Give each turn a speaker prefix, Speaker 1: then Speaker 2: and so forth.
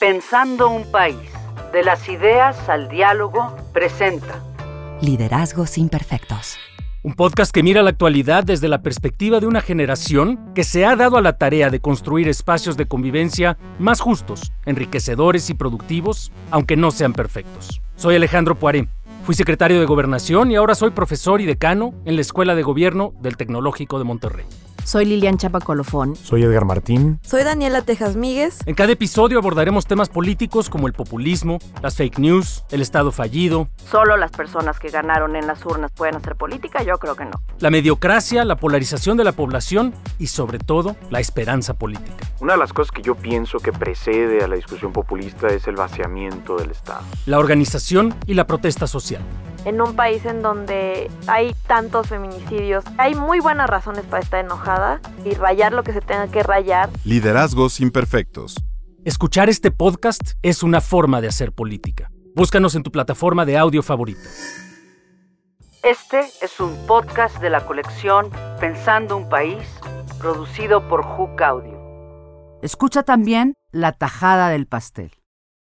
Speaker 1: Pensando un país, de las ideas al diálogo, presenta
Speaker 2: Liderazgos Imperfectos.
Speaker 3: Un podcast que mira la actualidad desde la perspectiva de una generación que se ha dado a la tarea de construir espacios de convivencia más justos, enriquecedores y productivos, aunque no sean perfectos. Soy Alejandro Poiré. Fui secretario de Gobernación y ahora soy profesor y decano en la Escuela de Gobierno del Tecnológico de Monterrey.
Speaker 4: Soy Lilian Chapa Colofón.
Speaker 5: Soy Edgar Martín.
Speaker 6: Soy Daniela Tejas Míguez.
Speaker 3: En cada episodio abordaremos temas políticos como el populismo, las fake news, el Estado fallido,
Speaker 1: Solo las personas que ganaron en las urnas pueden hacer política, yo creo que no.
Speaker 3: la mediocracia, la polarización de la población y sobre todo la esperanza política.
Speaker 7: Una de las cosas que yo pienso que precede a la discusión populista es el vaciamiento del Estado.
Speaker 3: la organización y la protesta social.
Speaker 6: En un país en donde hay tantos feminicidios, hay muy buenas razones para estar enojada y rayar lo que se tenga que rayar.
Speaker 8: Liderazgos imperfectos.
Speaker 3: Escuchar este podcast es una forma de hacer política. Búscanos en tu plataforma de audio favorita.
Speaker 1: Este es un podcast de la colección Pensando un país, producido por Hook Audio.
Speaker 9: Escucha también La Tajada del Pastel.